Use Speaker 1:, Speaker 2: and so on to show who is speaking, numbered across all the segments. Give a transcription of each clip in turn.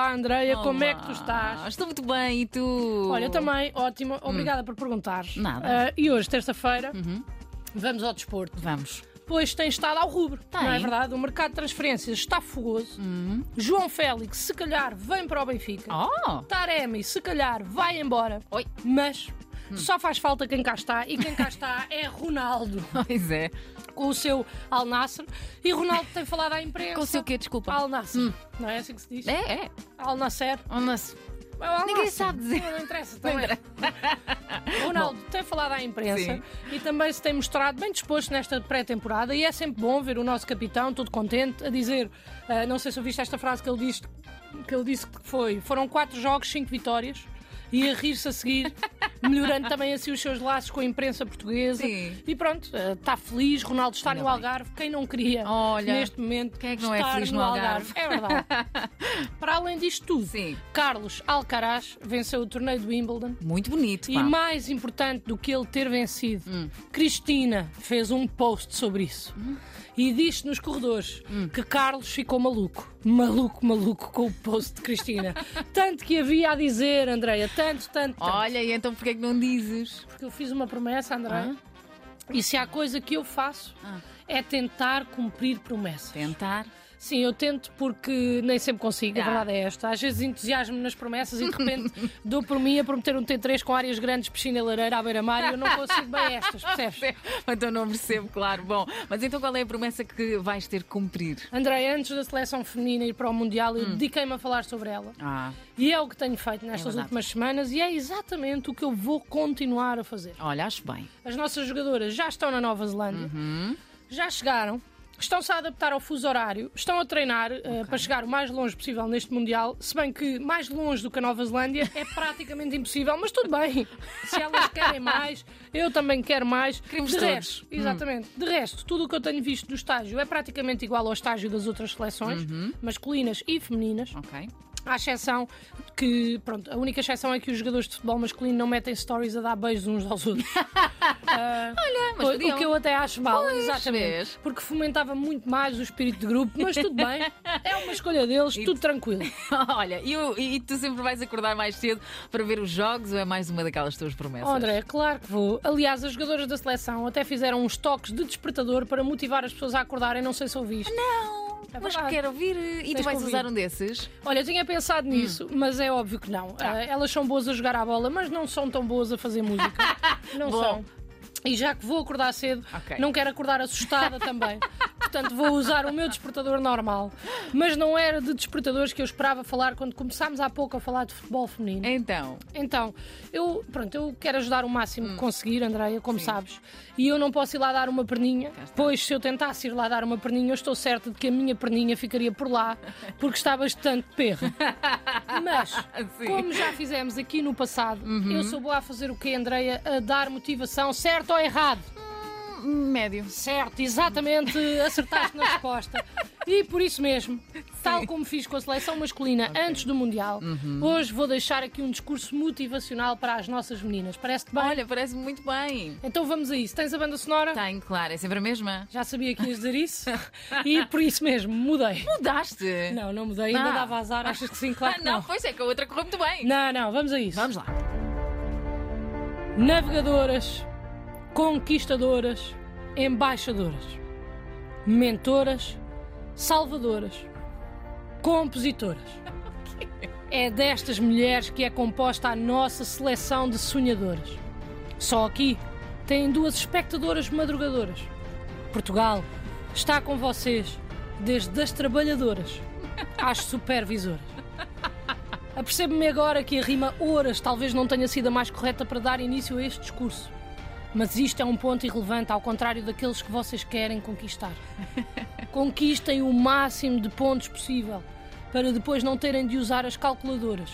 Speaker 1: Andreia, como é que tu
Speaker 2: é Olá,
Speaker 1: estás?
Speaker 2: Estou muito bem, e tu? Hum.
Speaker 1: Olha, eu também, ótimo. Obrigada por perguntar.
Speaker 2: Nada. Uhum.
Speaker 1: Ah, e hoje, terça-feira, vamos ao desporto.
Speaker 2: Vamos.
Speaker 1: Pois tem estado ao rubro,
Speaker 2: Tem. Hum.
Speaker 1: não é verdade? O mercado de transferências está fogoso. João Félix, se calhar, vem para o Benfica.
Speaker 2: Oh!
Speaker 1: Taremi, se calhar, vai embora.
Speaker 2: Oi. Hum.
Speaker 1: Mas só faz falta quem cá está. E quem cá está é Ronaldo,
Speaker 2: Pois é.
Speaker 1: com o seu Al Nassr. E Ronaldo tem falado à imprensa.
Speaker 2: Com o seu quê? Desculpa. Hum.
Speaker 1: Al Nassr. Não é assim que se diz?
Speaker 2: É, é.
Speaker 1: Al Nasser.
Speaker 2: Oh, nossa.
Speaker 1: É o Al
Speaker 2: Ninguém
Speaker 1: Nasser.
Speaker 2: sabe dizer.
Speaker 1: Não, não interessa também. Ronaldo tem falado à imprensa
Speaker 2: Sim.
Speaker 1: e também se tem mostrado bem disposto nesta pré-temporada e é sempre bom ver o nosso capitão todo contente a dizer, ah, não sei se ouviste esta frase que ele disse que ele disse que foi, foram quatro jogos, cinco vitórias e a rir-se a seguir, melhorando também assim os seus laços com a imprensa portuguesa.
Speaker 2: Sim.
Speaker 1: E pronto, ah, está feliz, Ronaldo está
Speaker 2: Ainda
Speaker 1: no
Speaker 2: bem.
Speaker 1: Algarve, quem não queria
Speaker 2: Olha,
Speaker 1: neste momento
Speaker 2: quem é que não é
Speaker 1: estar
Speaker 2: feliz
Speaker 1: no
Speaker 2: no
Speaker 1: Algarve?
Speaker 2: Algarve?
Speaker 1: É verdade. Para além disto tudo,
Speaker 2: Sim.
Speaker 1: Carlos Alcaraz venceu o torneio de Wimbledon.
Speaker 2: Muito bonito,
Speaker 1: E
Speaker 2: pá. Hum.
Speaker 1: mais importante do que ele ter vencido, Cristina fez um post sobre isso. E disse nos corredores
Speaker 2: Hum.
Speaker 1: que Carlos ficou maluco. Maluco, maluco com o post de Cristina. tanto que havia a dizer, Andreia, tanto, tanto, tanto.
Speaker 2: Olha, e então porquê é que não dizes?
Speaker 1: Porque eu fiz uma promessa, Andreia. E se há coisa que eu faço,
Speaker 2: Ah.
Speaker 1: é tentar cumprir promessas.
Speaker 2: Tentar.
Speaker 1: Sim, eu tento porque nem sempre consigo, a
Speaker 2: Ah.
Speaker 1: verdade é esta. Às vezes entusiasmo nas promessas e de repente dou por mim a prometer um T3 com áreas grandes, piscina e lareira à beira-mar e eu não consigo bem estas, percebes?
Speaker 2: Então não percebo, claro. Bom, mas então qual é a promessa que vais ter que cumprir?
Speaker 1: André, antes da seleção feminina ir para o Mundial, eu
Speaker 2: Hum.
Speaker 1: dediquei-me a falar sobre ela.
Speaker 2: Ah,
Speaker 1: E é o que tenho feito nestas
Speaker 2: verdade.
Speaker 1: últimas semanas e é exatamente o que eu vou continuar a fazer.
Speaker 2: olha, acho bem.
Speaker 1: As nossas jogadoras já estão na Nova Zelândia,
Speaker 2: Uhum.
Speaker 1: já chegaram, estão-se a adaptar ao fuso horário, estão a treinar eh, para chegar o mais longe possível neste Mundial, se bem que mais longe do que a Nova Zelândia é praticamente impossível, mas tudo bem. Se elas querem mais, eu também quero mais.
Speaker 2: Queremos
Speaker 1: de
Speaker 2: todos. Hum.
Speaker 1: resto, exatamente. De resto, tudo o que eu tenho visto do estágio é praticamente igual ao estágio das outras seleções, masculinas e femininas.
Speaker 2: Uhum. Ok.
Speaker 1: À exceção que, pronto, a única exceção é que os jogadores de futebol masculino não metem stories a dar beijos uns aos outros. Ah,
Speaker 2: É, mas
Speaker 1: o-
Speaker 2: podiam.
Speaker 1: o que eu até acho mal,
Speaker 2: Pois,
Speaker 1: exatamente.
Speaker 2: vês?
Speaker 1: Porque fomentava muito mais o espírito de grupo, mas tudo bem, é uma escolha deles, tudo tranquilo.
Speaker 2: Olha, e, o- e tu sempre vais acordar mais cedo para ver os jogos ou é mais uma daquelas tuas promessas?
Speaker 1: Oh, André, claro que vou. Aliás, as jogadoras da seleção até fizeram uns toques de despertador para motivar as pessoas a acordarem, não sei se ouviste.
Speaker 2: Não,
Speaker 1: É
Speaker 2: mas
Speaker 1: verdade.
Speaker 2: quero ouvir. E
Speaker 1: Tens
Speaker 2: tu vais
Speaker 1: que
Speaker 2: usar
Speaker 1: ouvir.
Speaker 2: um desses?
Speaker 1: Olha, eu tinha pensado
Speaker 2: Hum.
Speaker 1: nisso, mas é óbvio que não.
Speaker 2: Tá.
Speaker 1: Ah, elas são boas a jogar à bola, mas não são tão boas a fazer música. não
Speaker 2: Bom.
Speaker 1: são. E já que vou acordar cedo,
Speaker 2: Ok.
Speaker 1: não quero acordar assustada também. Portanto, vou usar o meu despertador normal. Mas não era de despertadores que eu esperava falar quando começámos há pouco a falar de futebol feminino.
Speaker 2: Então,
Speaker 1: Então, eu, pronto, eu quero ajudar o máximo que conseguir, Andreia, como sabes. E eu não posso ir lá dar uma perninha, pois se eu tentasse ir lá dar uma perninha, eu estou certa de que a minha perninha ficaria por lá, porque está bastante perra. Mas,
Speaker 2: Sim.
Speaker 1: como já fizemos aqui no passado, eu sou boa a fazer o quê, Andreia? A dar motivação, certo ou errado?
Speaker 2: Hum, médio.
Speaker 1: Certo, exatamente, acertaste na resposta. E por isso mesmo, tal como fiz com a seleção masculina antes do Mundial,
Speaker 2: Uhum.
Speaker 1: hoje vou deixar aqui um discurso motivacional para as nossas meninas. Parece-te bem?
Speaker 2: Olha, parece-me muito bem.
Speaker 1: Então vamos a isso. Tens a banda sonora?
Speaker 2: Tenho, claro, é sempre a mesma.
Speaker 1: Já sabia que ias dizer isso e por isso mesmo mudei.
Speaker 2: Mudaste?
Speaker 1: Não, não mudei, ainda
Speaker 2: Ah.
Speaker 1: dava azar, achas que sim, claro
Speaker 2: Ah,
Speaker 1: que
Speaker 2: não,
Speaker 1: não.
Speaker 2: pois é que a outra correu muito bem.
Speaker 1: Não, não, vamos a isso.
Speaker 2: Vamos lá.
Speaker 1: Navegadoras, conquistadoras, embaixadoras, mentoras, salvadoras, compositoras. É destas mulheres que é composta a nossa seleção de sonhadoras. Só aqui têm duas espectadoras madrugadoras. Portugal está com vocês, desde as trabalhadoras às supervisoras. Apercebo-me agora que a rima horas talvez não tenha sido a mais correta para dar início a este discurso. Mas isto é um ponto irrelevante, ao contrário daqueles que vocês querem conquistar. Conquistem o máximo de pontos possível, para depois não terem de usar as calculadoras,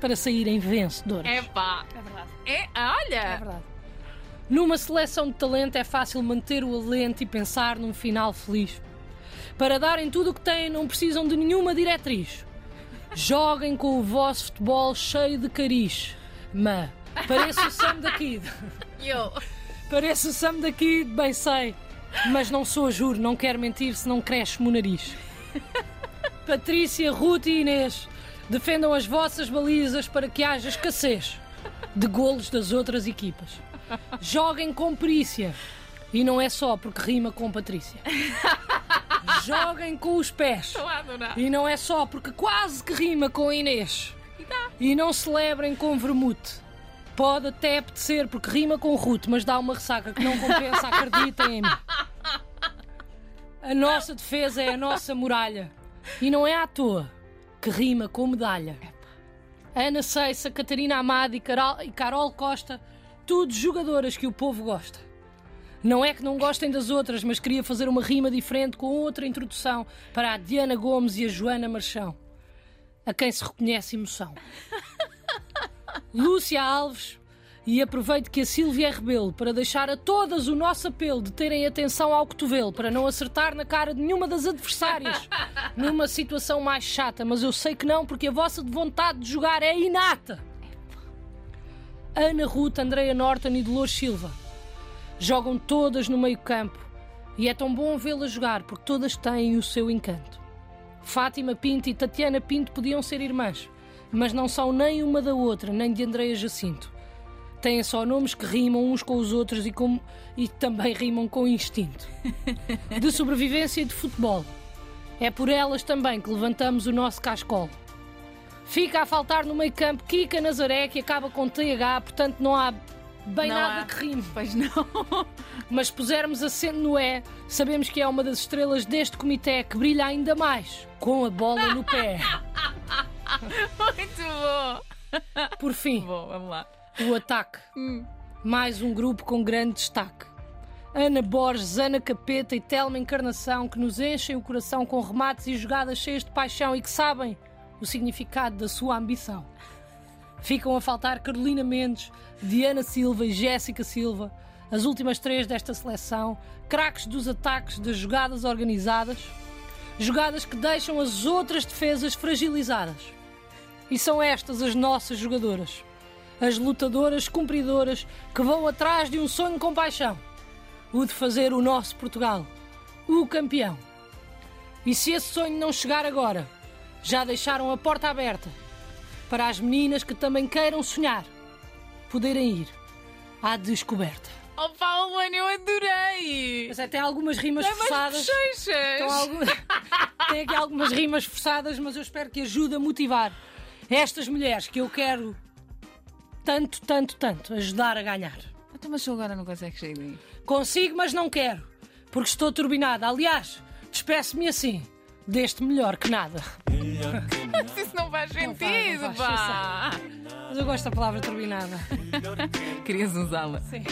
Speaker 1: para saírem vencedoras.
Speaker 2: É pá.
Speaker 1: é verdade.
Speaker 2: É, ah,
Speaker 1: É
Speaker 2: olha.
Speaker 1: verdade. Numa seleção de talento é fácil manter o alento e pensar num final feliz. Para darem tudo o que têm, não precisam de nenhuma diretriz. Joguem com o vosso futebol cheio de cariz. Mas parece o Sam da Kid.
Speaker 2: E eu.
Speaker 1: Parece o Sam da Kid, bem sei. Mas não sou, juro, não quero mentir se não cresce-me o nariz. Patrícia, Ruth e Inês, Defendam as vossas balizas para que haja escassez de golos das outras equipas. Joguem com perícia. E não é só porque rima com Patrícia. Joguem com os pés.
Speaker 2: Estou a adorar.
Speaker 1: E não é só porque quase que rima com Inês. E não celebrem com vermute. Pode até apetecer porque rima com rute, mas dá uma ressaca que não compensa, acreditem em mim. A nossa defesa é a nossa muralha. E não é à toa que rima com medalha. Ana Seixa, Catarina Amado e Carol, e Carol Costa, tudo jogadoras que o povo gosta. Não é que não gostem das outras, mas queria fazer uma rima diferente com outra introdução para a Diana Gomes e a Joana Marchão, a quem se reconhece emoção. Lúcia Alves, e aproveito que a Silvia é Rebelo para deixar a todas o nosso apelo de terem atenção ao cotovelo para não acertar na cara de nenhuma das adversárias numa situação mais chata, mas eu sei que não, porque a vossa vontade de jogar é inata. Ana Ruth, Andreia Norton e Dolores Silva jogam todas no meio-campo e é tão bom vê-las jogar porque todas têm o seu encanto. Fátima Pinto e Tatiana Pinto podiam ser irmãs, mas não são nem uma da outra, nem de Andreia Jacinto. Têm só nomes que rimam uns com os outros e, com- e também rimam com instinto. De sobrevivência e de futebol. É por elas também que levantamos o nosso cascol. Fica a faltar no meio campo Kika Nazaré, que acaba com TH, portanto não há bem
Speaker 2: Não
Speaker 1: nada
Speaker 2: há.
Speaker 1: que rime.
Speaker 2: Pois não.
Speaker 1: Mas pusermos acento no E, sabemos que é uma das estrelas deste comitê que brilha ainda mais com a bola no pé.
Speaker 2: Muito bom.
Speaker 1: Por fim,
Speaker 2: Bom, vamos lá.
Speaker 1: o ataque. Mais um grupo com grande destaque. Ana Borges, Ana Capeta e Telma Encarnação que nos enchem o coração com remates e jogadas cheias de paixão e que sabem o significado da sua ambição. Ficam a faltar Carolina Mendes, Diana Silva e Jéssica Silva, as últimas três desta seleção, craques dos ataques das jogadas organizadas, jogadas que deixam as outras defesas fragilizadas. E são estas as nossas jogadoras, as lutadoras cumpridoras que vão atrás de um sonho com paixão, o de fazer o nosso Portugal o campeão. E se esse sonho não chegar agora, já deixaram a porta aberta para as meninas que também queiram sonhar poderem ir à descoberta.
Speaker 2: Oh, Paulo, eu adorei.
Speaker 1: Mas até algumas rimas
Speaker 2: Dá mais
Speaker 1: forçadas. Estão
Speaker 2: bochechas.
Speaker 1: algu- Então Tem aqui algumas rimas forçadas, mas eu espero que ajude a motivar estas mulheres que eu quero tanto, tanto, tanto ajudar a ganhar.
Speaker 2: Então, mas tu agora não consegues sair daí.
Speaker 1: Consigo, mas não quero, porque estou turbinada. Aliás, despeço-me assim, deste melhor que nada.
Speaker 2: Mas isso não faz
Speaker 1: Não faz,
Speaker 2: sentido,
Speaker 1: não faz,
Speaker 2: Ah,
Speaker 1: Mas eu gosto da palavra turbinada.
Speaker 2: pá. Querias usá-la.
Speaker 1: Sim.